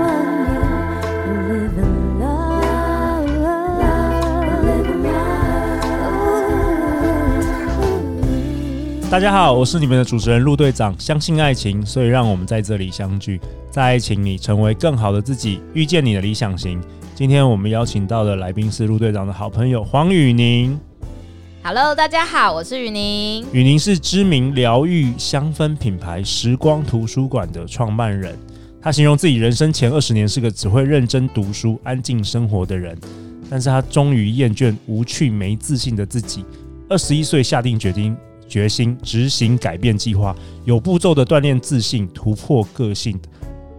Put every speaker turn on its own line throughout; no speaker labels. love you, live in love, live in love.
大家好，我是你们的主持人陆队长。相信爱情，所以让我们在这里相聚，在爱情里成为更好的自己，遇见你的理想型。今天我们邀请到的来宾是陆队长的好朋友黄宇宁。
Hello，大家好，我是雨宁。
宇宁是知名疗愈香氛品牌时光图书馆的创办人。他形容自己人生前二十年是个只会认真读书、安静生活的人，但是他终于厌倦无趣、没自信的自己。二十一岁下定决定，决心执行改变计划，有步骤的锻炼自信，突破个性。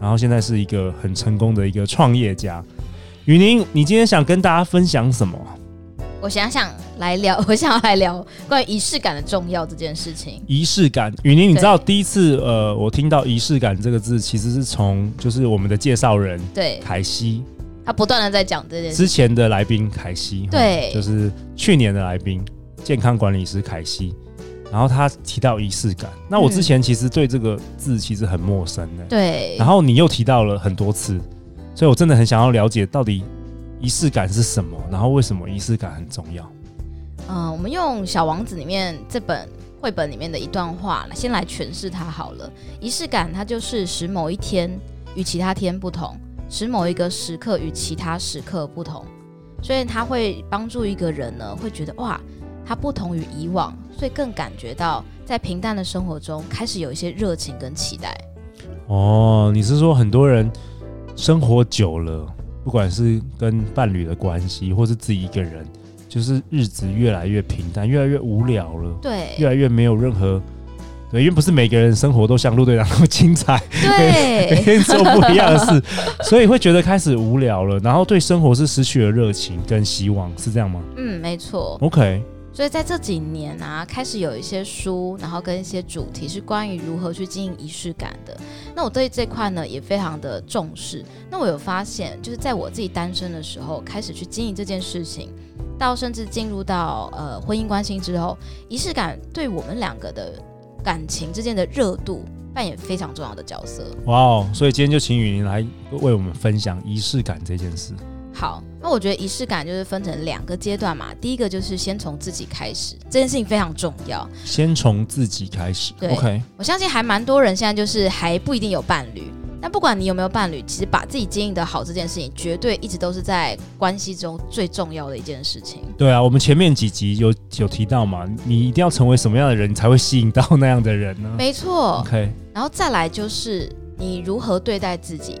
然后现在是一个很成功的一个创业家。宇宁，你今天想跟大家分享什么啊？
我想想来聊， 我想要来聊关于仪式感的重要这件事情。
仪式感，雨宁，你知道第一次呃，我听到仪式感这个字，其实是从就是我们的介绍人
对
凯西
他不断的在讲这件事，
之前的来宾凯西，哈
对
就是去年的来宾健康管理师凯西，然后他提到仪式感，那我之前其实对这个字其实很陌生的、
嗯对
然，后你又提到了很多次，所以我真的很想要了解到底仪式感是什么，然后为什么仪式感很重要。
嗯、我们用《小王子》里面这本绘本里面的一段话，先来诠释它好了。仪式感，它就是使某一天与其他天不同，使某一个时刻与其他时刻不同，所以它会帮助一个人呢，会觉得哇，它不同于以往，所以更感觉到在平淡的生活中开始有一些热情跟期待。
哦，你是说很多人生活久了，不管是跟伴侣的关系，或是自己一个人，就是日子越来越平淡，越来越无聊了，
对，
越来越没有任何对，因为不是每个人生活都像陆队长那么精彩，每
对，
天做不一样的事，所以会觉得开始无聊了，然后对生活是失去了热情跟希望，是这样吗
嗯，没错。
？OK，
所以在这几年啊，开始有一些书，然后跟一些主题是关于如何去经营仪式感的。那我对这块呢也非常的重视。那我有发现，就是在我自己单身的时候，开始去经营这件事情，到甚至进入到呃婚姻关系之后，仪式感对我们两个的感情之间的热度扮演非常重要的角色。
哇哦，所以今天就请雨林来为我们分享仪式感这件事。
好，那我觉得仪式感就是分成两个阶段嘛。第一个就是先从自己开始，这件事情非常重要。
先从自己开始
对
，OK，
我相信还蛮多人现在就是还不一定有伴侣，但不管你有没有伴侣，其实把自己经营的好这件事情，绝对一直都是在关系中最重要的一件事情。
对啊，我们前面几集有有提到嘛，你一定要成为什么样的人，你才会吸引到那样的人呢
没错，
？OK，
然后再来就是你如何对待自己，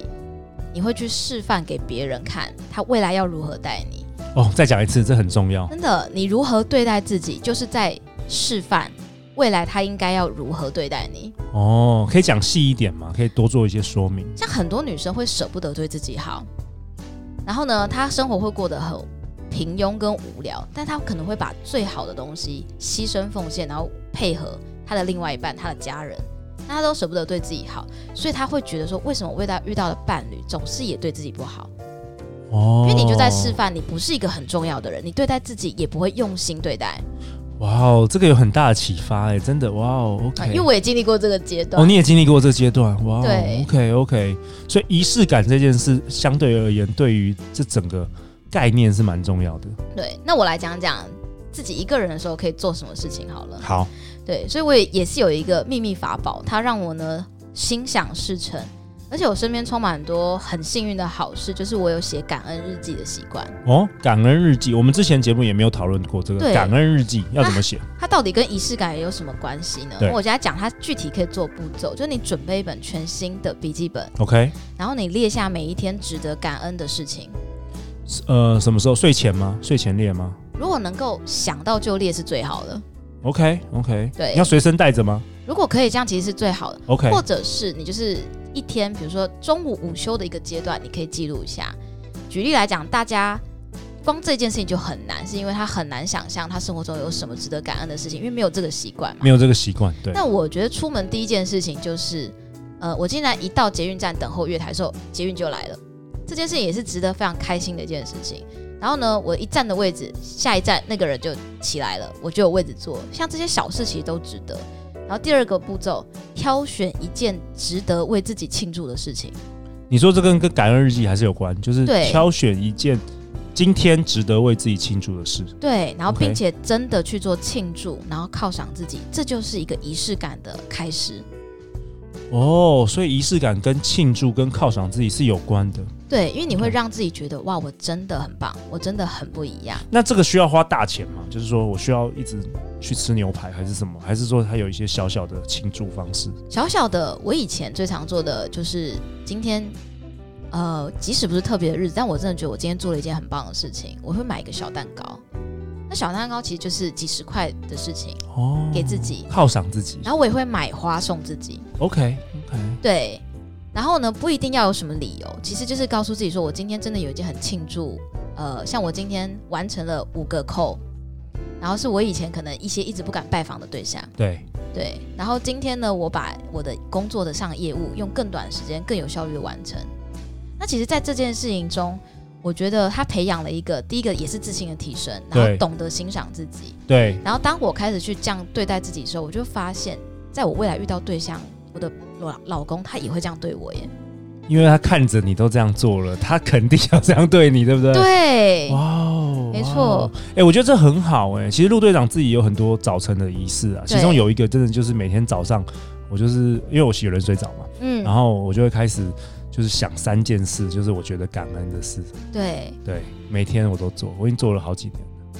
你会去示范给别人看，他未来要如何待你。
哦，再讲一次，这很重要。
真的，你如何对待自己，就是在示范未来他应该要如何对待你。
哦，可以讲细一点嘛，可以多做一些说明。
像很多女生会舍不得对自己好，然后呢，她生活会过得很平庸跟无聊，但她可能会把最好的东西牺牲奉献，然后配合她的另外一半、她的家人，那她都舍不得对自己好，所以她会觉得说，为什么为她遇到的伴侣总是也对自己不好？
哦
因，为你就在示。范，你不是一个很重要的人，你对待自己也不会用心对待。
哇哦，这个有很大的启发哎、真的哇哦
啊
，OK。
因为我也经历过这个阶段。
哦，你也经历过这阶段哇、
对
哦、，OK OK，所以仪式感这件事相对而言，对于这整个概念是蛮重要的。
对，那我来讲讲自己一个人的时候可以做什么事情好了。
好，
对，所以我也也是有一个秘密法宝，它让我呢心想事成，而且我身边充满很多很幸运的好事，就是我有写感恩日记的习惯。
哦，感恩日记，我们之前节目也没有讨论过这个
对
感恩日记要怎么写。
它到底跟仪式感有什么关系呢？
对
我给大家讲，它具体可以做步骤，就是你准备一本全新的笔记本，
OK，
然后你列下每一天值得感恩的事情。
呃，什么时候睡前吗？睡前列吗
如果能够想到就列是最好的，
？OK OK，
对
要随身带着吗
如果可以这样，其实是最好的。
？OK，
或者是你就是一天，比如说中午午休的一个阶段，你可以记录一下。举例来讲，大家光这件事情就很难，是因为他很难想象他生活中有什么值得感恩的事情，因为没有这个习惯嘛
没。有这个习惯，对，
那我觉得出门第一件事情就是，呃，我竟然一到捷运站等候月台的时候，捷运就来了，这件事情也是值得非常开心的一件事情。然后呢，我一站的位置，下一站那个人就起来了，我就有位置坐。像这些小事其实都值得。然后第二个步骤，挑选一件值得为自己庆祝的事情。
你说这跟跟感恩日记还是有关，就是
对
挑选一件今天值得为自己庆祝的事。
对，然后
OK
并且真的去做庆祝，然后犒赏自己，这就是一个仪式感的开始。
哦，所以仪式感跟庆祝跟犒赏自己是有关的。
对，因为你会
OK
让自己觉得哇，我真的很棒，我真的很不一样。
那这个需要花大钱吗？就是说我需要一直去吃牛排，还是什么？还是说它有一些小小的庆祝方式？
小小的，我以前最常做的就是今天，呃，即使不是特别的日子，但我真的觉得我今天做了一件很棒的事情，我会买一个小蛋糕。那小蛋糕其实就是几十块的事情，
哦，
给自己
犒赏自己。
然后我也会买花送自己。
OK OK，
对，然后呢，不一定要有什么理由，其实就是告诉自己说，我今天真的有一件很庆祝，呃，像我今天完成了五个扣，然后是我以前可能一些一直不敢拜访的对象。
对，
对，然后今天呢，我把我的工作的上业务用更短时间、更有效率的完成。那其实，在这件事情中，我觉得他培养了一个第一个也是自信的提升，然后
对
懂得欣赏自己。
对，
然后当我开始去这样对待自己的时候，我就发现，在我未来遇到对象，我的老老公他也会这样对我耶。
因为他看着你都这样做了，他肯定要这样对你，对不对？
对
哇哦，
没错
哇哦。哎、我觉得这很好哎、其实陆队长自己有很多早晨的仪式啊，
对
其中有一个真的就是每天早上，我就是因为我洗冷水澡嘛，
嗯
然，后我就会开始就是想三件事，就是我觉得感恩的事。
对，
对，每天我都做，我已经做了好几年。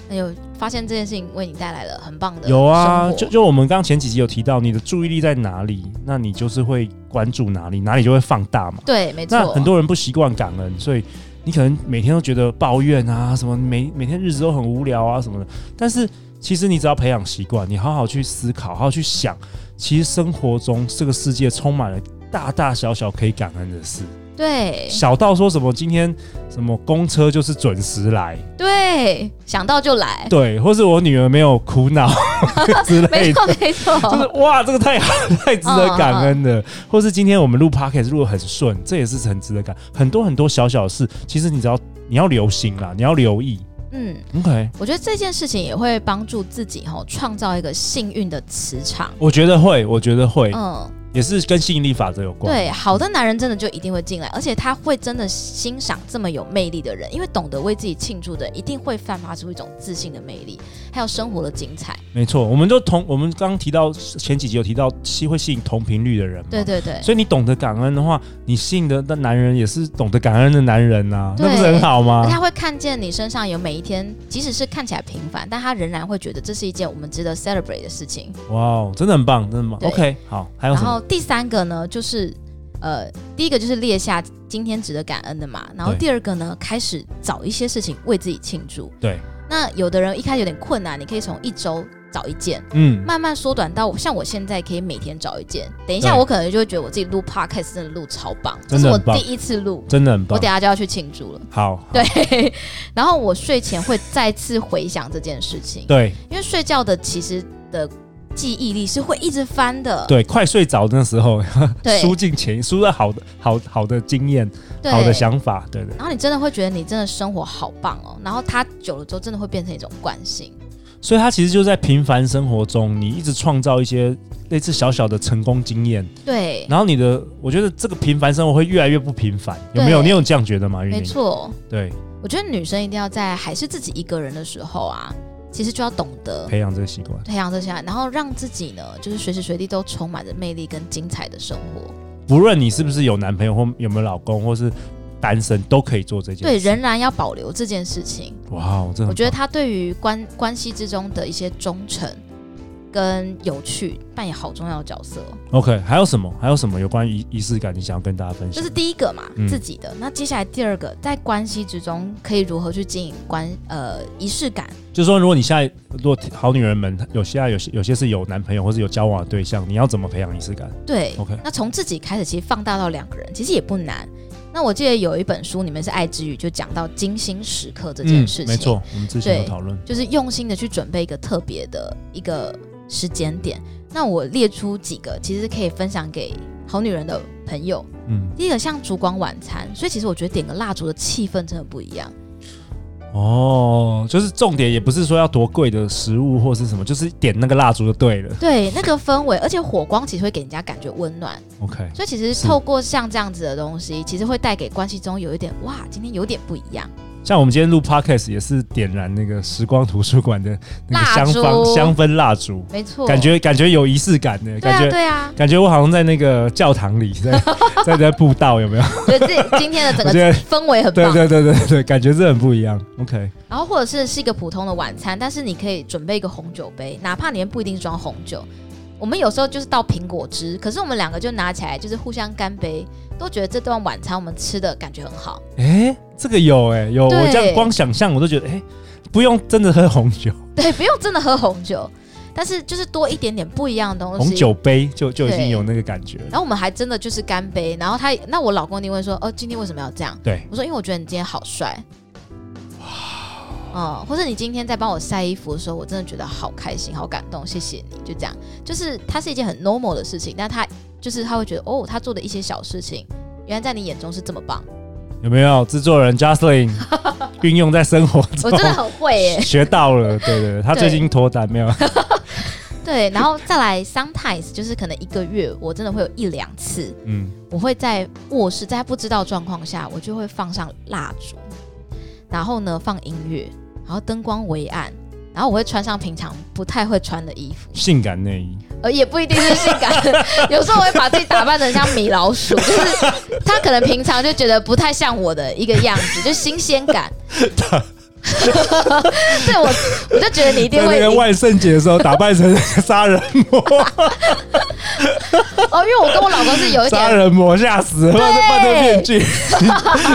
哎呦，发现这件事情为你带来了很棒的
有啊，
呃生活
就就我们刚刚前几集有提到，你的注意力在哪里，那你就是会关注哪里，哪里就会放大嘛。
对，没
那
错，
很多人不习惯感恩，所以你可能每天都觉得抱怨啊，什么每每天日子都很无聊啊什么的。但是其实你只要培养习惯，你好好去思考，好好去想，其实生活中这个世界充满了。大大小小可以感恩的事，
对
小到说什么今天什么公车就是准时来，
对，想到就来。
对，或是我女儿没有苦恼 之类
没
的，
错 没错，
就是哇，这个太太值得感恩
嗯
的，或是今天我们录 podcast 录得很顺，这也是很值得感。很多很多小小的事，其实你只要你要留心啦，你要留意。
嗯，
OK，
我觉得这件事情也会帮助自己吼、创造一个幸运的磁场。
我觉得会，我觉得会，
嗯，
也是跟吸引力法则有关。
对，啊好的男人真的就一定会进来，而且他会真的欣赏这么有魅力的人，因为懂得为自己庆祝的人，一定会散发出一种自信的魅力，还有生活的精彩。
没错，我们就同我们刚刚提到前几集有提到吸会吸引同频率的人嘛，
对对对，
所以你懂得感恩的话，你吸引的那男人也是懂得感恩的男人呐、那不是
对哎
很好
而且
吗？
他会看见你身上有每一天，即使是看起来平凡，但他仍然会觉得这是一件我们值得 celebrate 的事情。
哇哦，真的很棒，真的很棒。
对
OK，好，还有
然
什么？
后第三个呢，就是呃，第一个就是列下今天值得感恩的嘛。然后
对
第二个呢，开始找一些事情为自己庆祝。
对，
那有的人一开始有点困难，你可以从一周找一件，
嗯，
慢慢缩短到像我现在可以每天找一件。等一下，
对
我可能就会觉得我自己录 podcast 真的录超棒，这
真
是
的
我
很棒
第一次录，
真的很
我
棒
等。一下就要去庆祝了。
好，好
对，然后我睡前会再次回想这件事情，
对，
因为睡觉的其实的记忆力是会一直翻的，
对，快睡着的时候，
对
输进潜意，输了好的好好的经验，
对
好的想法，对对。
然后你真的会觉得你真的生活好棒哦，然后它久了之后真的会变成一种惯性。
所以他其实就在平凡生活中，你一直创造一些类似小小的成功经验，
对，
然后你的，我觉得这个平凡生活会越来越不平凡，有没有？
对
你有这样觉得吗？玉
没
宁，
错，
对，
我觉得女生一定要在还是自己一个人的时候啊，其实就要懂得
培养这个习惯，
培养这些爱，然后让自己呢，就是随时随地都充满着魅力跟精彩的生活。
不论你是不是有男朋友或有没有老公，或是单身，都可以做这件
对，
事。
仍然要保留这件事情。
哇哦，这
我
很
觉得
棒
他对于关关系之中的一些忠诚跟有趣，扮演好重要的角色哦。
OK，还有什么？还有什么有关于仪仪式感？你想要跟大家分
这
享？
是第一个嘛，
嗯
自己的。那接下来第二个，在关系之中可以如何去经营关呃仪式感？
就是说，如果你现在如果好女人们有些啊有些有些是有男朋友或是有交往的对象，你要怎么培养仪式感
对
OK
那从自己开始，其实放大到两个人，其实也不难。那我记得有一本书，里面是《爱之语》，就讲到精心时刻这件事情，
嗯没错，我们之前有
对
讨论。
就是用心的去准备一个特别的一个时间点。那我列出几个，其实可以分享给好女人的朋友。
嗯，
第一个像烛光晚餐，所以其实我觉得点个蜡烛的气氛真的不一样。
哦，就是重点也不是说要多贵的食物或是什么，就是点那个蜡烛就对了。
对，那个氛围，而且火光其实会给人家感觉温暖。
OK，
所以其实
是
透过像这样子的东西，其实会带给关系中有一点哇，今天有点不一样。
像我们今天录 Podcast 也是点燃那个时光图书馆的那个
蜡
香
烛
方香氛蜡烛，
没错，
感觉感觉有仪式感的
对
感
啊
觉。
对啊，
感觉我好像在那个教堂里， 在在在布道，有没 有？
觉得这今天的整
我觉
个
得
氛围很
对
棒。
对对对对，感觉是很不一样。OK，
然后或者是是一个普通的晚餐，但是你可以准备一个红酒杯，哪怕里面不一定装红酒。我们有时候就是倒苹果汁，可是我们两个就拿起来就是互相干杯，都觉得这顿晚餐我们吃的感觉很好。
哎、这个有哎、有，
对
我这样光想象我都觉得哎、诶不用真的喝红酒，
对，不用真的喝红酒，但是就是多一点点不一样的东西。
红酒杯就就已经
对
有那个感觉了。
然后我们还真的就是干杯，然后他那我老公一定会说，哦，今天为什么要这样？
对，
我说因为我觉得你今天好帅，哇，嗯，或者你今天在帮我晒衣服的时候，我真的觉得好开心，好感动，谢谢你，就这样，就是它是一件很 normal 的事情，但他就是他会觉得，哦，他做的一些小事情，原来在你眼中是这么棒，
有没有制作人 Justin 运用在生活 中？
我真的很会耶，
学到了，对对 对，他
对
最近脱单没有？
对，然后再来 sometimes 就是可能一个月我真的会有一两次，
嗯，
我会在卧室，在他不知道的状况下，我就会放上蜡烛，然后呢放音乐，然后灯光微暗，然后我会穿上平常不太会穿的衣服，
性感内 衣，
呃，也不一定是性感，有时候我会把自己打扮成像米老鼠，就是他可能平常就觉得不太像我的一个样子，就新鲜感。对我，我就觉得你一定
在
会
那个万圣节的时候打扮成杀人魔，
哦，因为我跟我老公是有一点
杀人魔吓死了，扮成扮成面 具，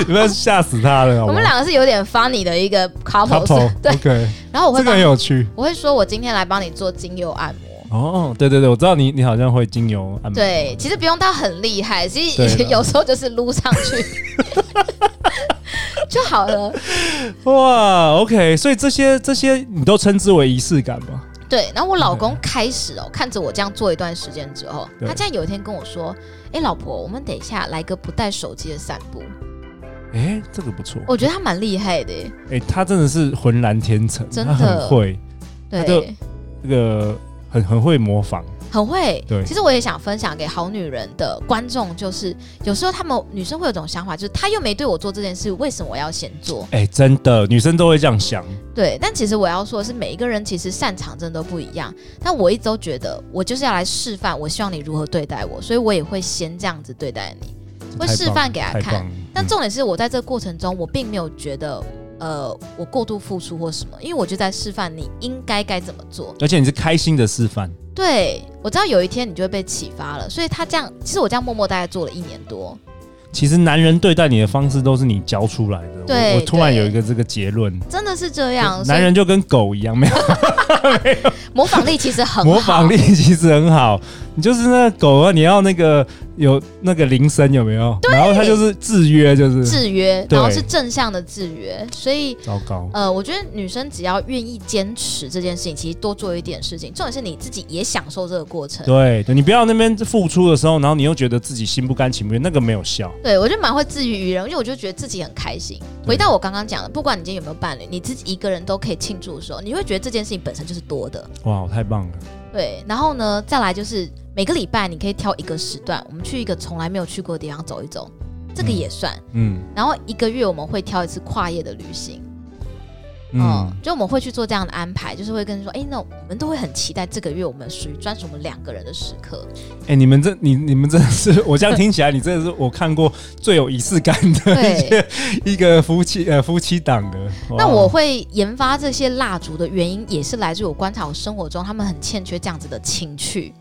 你们吓死他了，好
我
吗
们两个是有点 funny 的一个 couple，
？couple
对。
OK，
然后我会
这个
把
很有趣
我会说我今天来帮你做精油按摩。
哦。对对对，我知道你你好像会精油按摩，
对，其实不用到很厉害，其
对
实
啦
有时候就是撸上去 就好了。
哇，OK，所以这些这些你都称之为仪式感吗？
对，然后我老公开始哦，看着我这样做一段时间之后，
对
他竟然有一天跟我说：“哎，老婆，我们等一下来个不带手机的散步。
哎，这个不错”，
嗯我觉得他蛮厉害的耶，
哎，他真的是浑然天成，
真
他
的
很会他就
对，
这个很很会模仿，
很会。
对
其实我也想分享给好女人的观众，就是有时候她们女生会有种想法，就是她又没对我做这件事，为什么我要先做？
哎，真的，女生都会这样想，
对，但其实我要说的是，每一个人其实擅长真的都不一样。但我一直都觉得，我就是要来示范，我希望你如何对待我，所以我也会先这样子对待你。会
太
示
棒
范
了
给他
太
看
棒了
但
嗯
重点是我在这个过程中，我并没有觉得，呃，我过度付出或什么，因为我就在示范你应该该怎么做。
而且你是开心的示范，
对我知道有一天你就会被启发了，所以他这样，其实我这样默默大概做了一年多。
其实男人对待你的方式都是你教出来的。
对
我我突然
对
有一个这个结论，
真的是这样，所以
男人就跟狗一样，没有
模仿力其实很好，
模仿力其实很好。你就是那个狗啊，你要那个有那个铃声有没有？然后它就是制约，就是
制约，
对
然后是正向的制约，所以
糟糕。
呃，我觉得女生只要愿意坚持这件事情，其实多做一点事情，重点是你自己也享受这个过程。
对啊对，你不要那边付出的时候，然后你又觉得自己心不甘情不愿，那个没有效。
对，我觉得蛮会自娱于人，因为我就觉得自己很开心。
对
回到我刚刚讲的，不管你今天有没有伴侣，你自己一个人都可以庆祝的时候，你会觉得这件事情本身就是多的。
哇，太棒了！
对，然后呢，再来就是每个礼拜你可以挑一个时段，我们去一个从来没有去过的地方走一走，这个
嗯
也算。
嗯
然后一个月我们会挑一次跨业的旅行。
嗯，
嗯，就我们会去做这样的安排，就是会跟你说，哎、那我们都会很期待这个月我们属于专属我们两个人的时刻。
哎、你们这你你们真的是，我这样听起来，你真的是我看过最有仪式感的一些一个夫妻呃夫妻档的。哇
那我会研发这些蜡烛的原因，也是来自于我观察我生活中他们很欠缺这样子的情趣。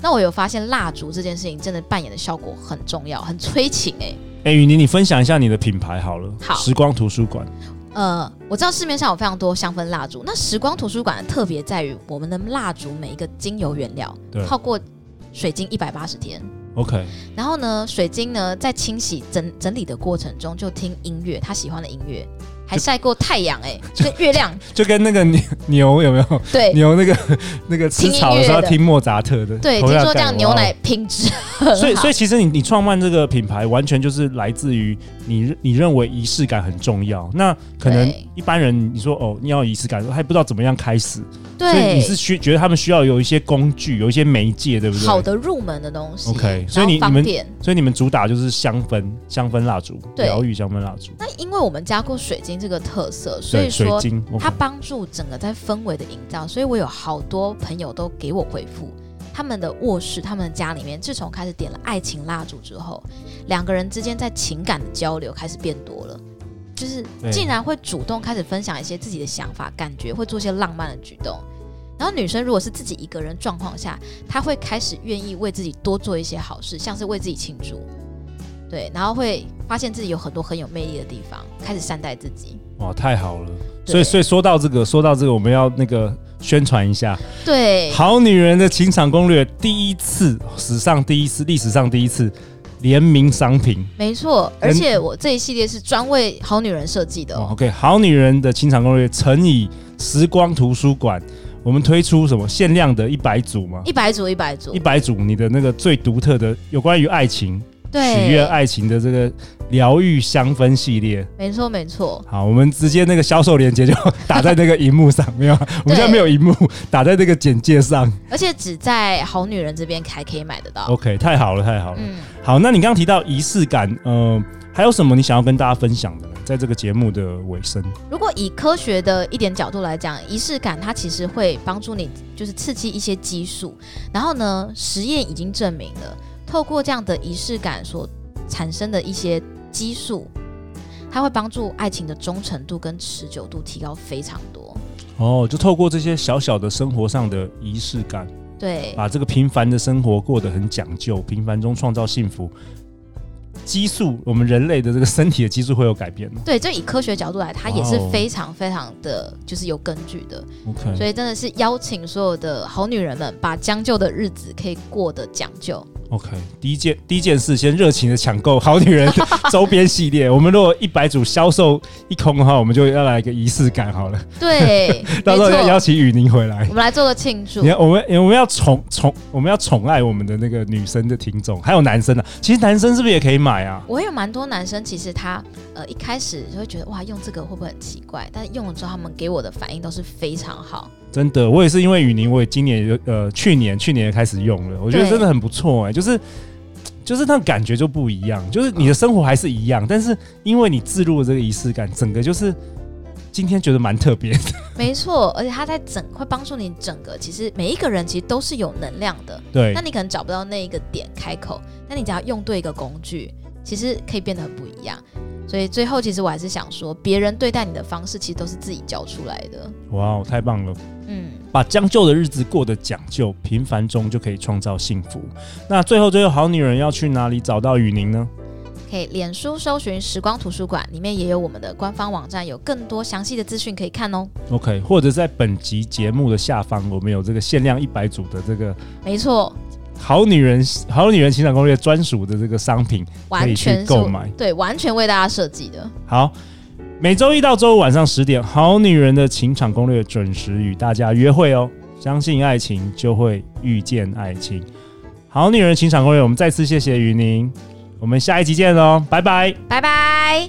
那我有发现蜡烛这件事情真的扮演的效果很重要，很催情哎、
哎，雨宁，你分享一下你的品牌好了。
好
时光图书馆。
呃，我知道市面上有非常多香氛蜡烛，那时光图书馆的特别在于我们的蜡烛每一个精油原料
对
泡过水晶一百八十天，
OK，
然后呢，水晶呢在清洗整整理的过程中就听音乐，他喜欢的音乐，还晒过太阳哎、跟月亮
就跟那个 牛牛有没有
对。
牛那个 那个吃
哎听音
草的时候要
乐的
听莫扎特的，
对，
头
听
要
说这
盖
样
哇哦
牛奶品质很好，
所以，所以其实你你创办这个品牌，完全就是来自于你认你认为仪式感很重要。那可能
对
一般人你说哦，你要有仪式感，还不知道怎么样开始，所以
对
你是需觉得他们需要有一些工具，有一些媒介，对不对？
好。的入门的东西。
OK，
然后
所以你
方
你们
便。
所以你们主打就是香氛、香氛蜡烛，
对
疗愈香氛蜡烛，
那因为我们加过水晶这个特色，所
对，
以
水
说
晶。
它
OK
帮助整个在氛围的营造，所以我有好多朋友都给我回复，他们的卧室、他们的家里面，自从开始点了爱情蜡烛之后，两个人之间在情感的交流开始变多了，就是
对
竟然会主动开始分享一些自己的想法、感觉，会做一些浪漫的举动。然后女生如果是自己一个人状况下，她会开始愿意为自己多做一些好事，像是为自己庆祝，对，然后会发现自己有很多很有魅力的地方，开始善待自己。
哇，哦太好了！
对
所以，所以说到这个，说到这个，我们要那个宣传一下
对
《好女人的情场攻略》第一次，史上第一次，历史上第一次联名商品。
没错，
人
而且我这一系列是专为好女人设计的
哦
哦、
OK，好女人的情场攻略乘以时光图书馆，我们推出什么限量的一百组吗？
一百组一百组
一，百组，你的那个最独特的有关于爱情、许
对
愿，爱情的这个疗愈香氛系列。
没错没错，
好，我们直接那个销售链接就 打在那个荧幕上，没有啊？我们现在没有荧幕，打在那个简介上。
而且只在好女人这边还可以买得到。
OK，太好了，太好了。
嗯，
好，那你刚刚提到仪式感，呃，还有什么你想要跟大家分享的呢？在这个节目的尾声，
如果以科学的一点角度来讲，仪式感它其实会帮助你，就是刺激一些激素。然后呢，实验已经证明了，透过这样的仪式感所产生的一些激素，它会帮助爱情的忠诚度跟持久度提高非常多。
哦，就透过这些小小的生活上的仪式感，
对，
把这个平凡的生活过得很哦讲究，平凡中创造幸福。激素，我们人类的这个身体的激素会有改变吗
对，就以科学角度来，它也
哇
是
哦
非常非常的就是有根据的，所
？OK，
以真的是邀请所有的好女人们，把将就的日子可以过得讲 究。
OK，第一件第一件事，先热情的抢购好女人的周边系列。我们如果一百组销售一空的话，我们就要来一个仪式感好了。
对，
到时候
没
要邀
错，
请雨宁回来
我。们来做个庆祝
你。看，我们我们要宠宠，我们要宠爱我们的那个女生的听众，还有男生啊。其实男生是不是也可以买啊？
我有蛮多男生，其实他呃一开始就会觉得哇，用这个会不会很奇怪？但用了之后，他们给我的反应都是非常好。
真的，我也是因为雨宁，我也今年有呃去年去年也开始用了，我觉得
对
真的很不错哎、就是就是那感觉就不一样，就是你的生活还是一样，但是因为你置入了这个仪式感，整个就是今天觉得蛮特别的。
没错，而且他在整会帮助你整个，其实每一个人其实都是有能量的。
对
那，你可能找不到那一个点开口，但你只要用对一个工具，其实可以变得很不一样。所以最后，其实我还是想说，别人对待你的方式，其实都是自己教出来的。
哇哦，太棒了！
嗯，
把将就的日子过得讲究，平凡中就可以创造幸福。那最后，最后好女人要去哪里找到雨宁呢？
可以脸书搜寻“时光图书馆”，里面也有我们的官方网站，有更多详细的资讯可以看哦。
OK，或者在本集节目的下方，我们有这个限量一百组的这个
没错，
好女人好女人情感攻略专属的这个商品，可以
完
去
全是
购买。
对，完全为大家设计的。
好，每周一到周五晚上十点，《好女人的情场攻略》准时与大家约会哦。相信爱情，就会遇见爱情。好女人的情场攻略，我们再次谢谢雨宁，我们下一集见喽，拜拜。
拜拜。